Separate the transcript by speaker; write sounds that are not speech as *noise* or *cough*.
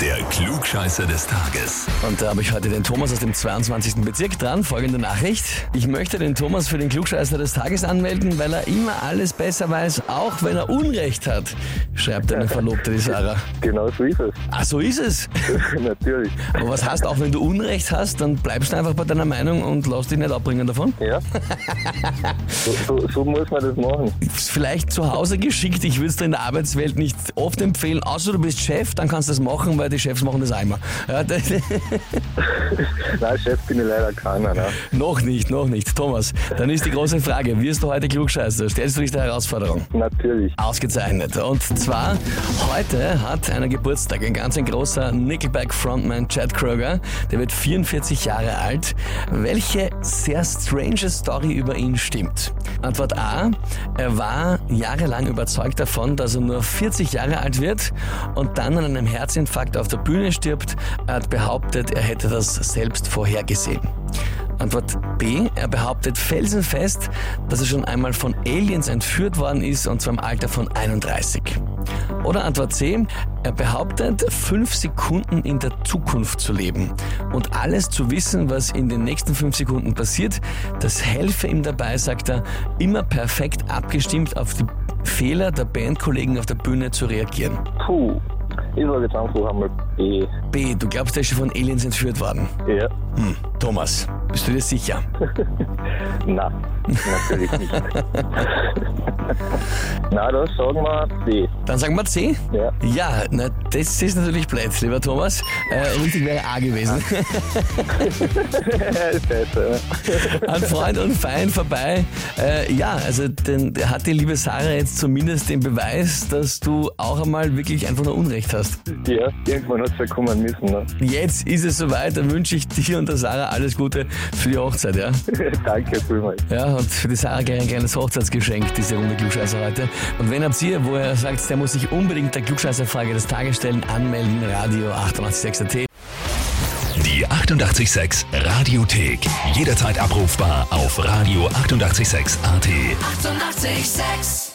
Speaker 1: Der Klugscheißer des Tages.
Speaker 2: Und da habe ich heute den Thomas aus dem 22. Bezirk dran. Folgende Nachricht. Ich möchte den Thomas für den Klugscheißer des Tages anmelden, weil er immer alles besser weiß, auch wenn er Unrecht hat, schreibt eine Verlobte, die Sarah.
Speaker 3: Genau so ist es. *laughs*
Speaker 2: Ah, so ist es.
Speaker 3: Natürlich.
Speaker 2: Aber was heißt, auch wenn du Unrecht hast, dann bleibst du einfach bei deiner Meinung und lass dich nicht abbringen davon?
Speaker 3: Ja. So, so, so muss man das machen.
Speaker 2: Vielleicht zu Hause geschickt, ich würde es dir in der Arbeitswelt nicht oft empfehlen, außer du bist Chef, dann kannst du das machen, weil die Chefs machen das einmal. Ja, das,
Speaker 3: Nein, Chef bin ich leider keiner. Ne?
Speaker 2: noch nicht, noch nicht. Thomas, dann ist die große Frage, wirst du heute Klugscheißer? Stellst du dich der Herausforderung?
Speaker 3: Natürlich.
Speaker 2: Ausgezeichnet. Und zwar, heute hat einer Geburtstag, ein ganz ein großer Nickelback-Frontman Chad Kroger. Der wird 44 Jahre alt. Welche sehr strange Story über ihn stimmt? Antwort A. Er war jahrelang überzeugt davon, dass er nur 40 Jahre alt wird und dann an einem Herzinfarkt auf der Bühne stirbt. Er hat behauptet, er hätte das selbst vorhergesehen. Antwort B. Er behauptet felsenfest, dass er schon einmal von Aliens entführt worden ist und zwar im Alter von 31. Oder Antwort C. Er behauptet, fünf Sekunden in der Zukunft zu leben und alles zu wissen, was in den nächsten fünf Sekunden passiert. Das helfe ihm dabei, sagt er, immer perfekt abgestimmt auf die Fehler der Bandkollegen auf der Bühne zu reagieren.
Speaker 3: Puh. Ich sage jetzt einfach einmal B. E,
Speaker 2: B. Du glaubst, er ist schon von Aliens entführt worden.
Speaker 3: Ja.
Speaker 2: Hm, Thomas, bist du dir sicher?
Speaker 3: Nein, natürlich nicht. *laughs* Na, dann sagen wir C.
Speaker 2: Dann sagen wir C.
Speaker 3: Ja. *laughs*
Speaker 2: Ja, na, das ist natürlich blöd, lieber Thomas. Äh, richtig wäre A gewesen.
Speaker 3: Scheiße.
Speaker 2: *laughs*
Speaker 3: ne?
Speaker 2: An Freund und Feind vorbei. Äh, ja, also dann hat die liebe Sarah jetzt zumindest den Beweis, dass du auch einmal wirklich einfach nur Unrecht hast.
Speaker 3: Ja, irgendwann hat es ja kommen müssen. Ne? *laughs*
Speaker 2: Jetzt ist es soweit, dann wünsche ich dir und der Sarah alles Gute für die Hochzeit, ja?
Speaker 3: Danke vielmals.
Speaker 2: Ja, und für die Sarah gleich ein kleines Hochzeitsgeschenk, diese Runde Glückscheißer heute. Und wenn habt ihr, wo er sagt, der muss sich unbedingt der Glückscheißerfrage des Tages stellen, anmelden, Radio 886.at.
Speaker 1: Die 88,6 Radiothek. Jederzeit abrufbar auf radio886.at. 88,6.
Speaker 4: Eighty-eight, sex.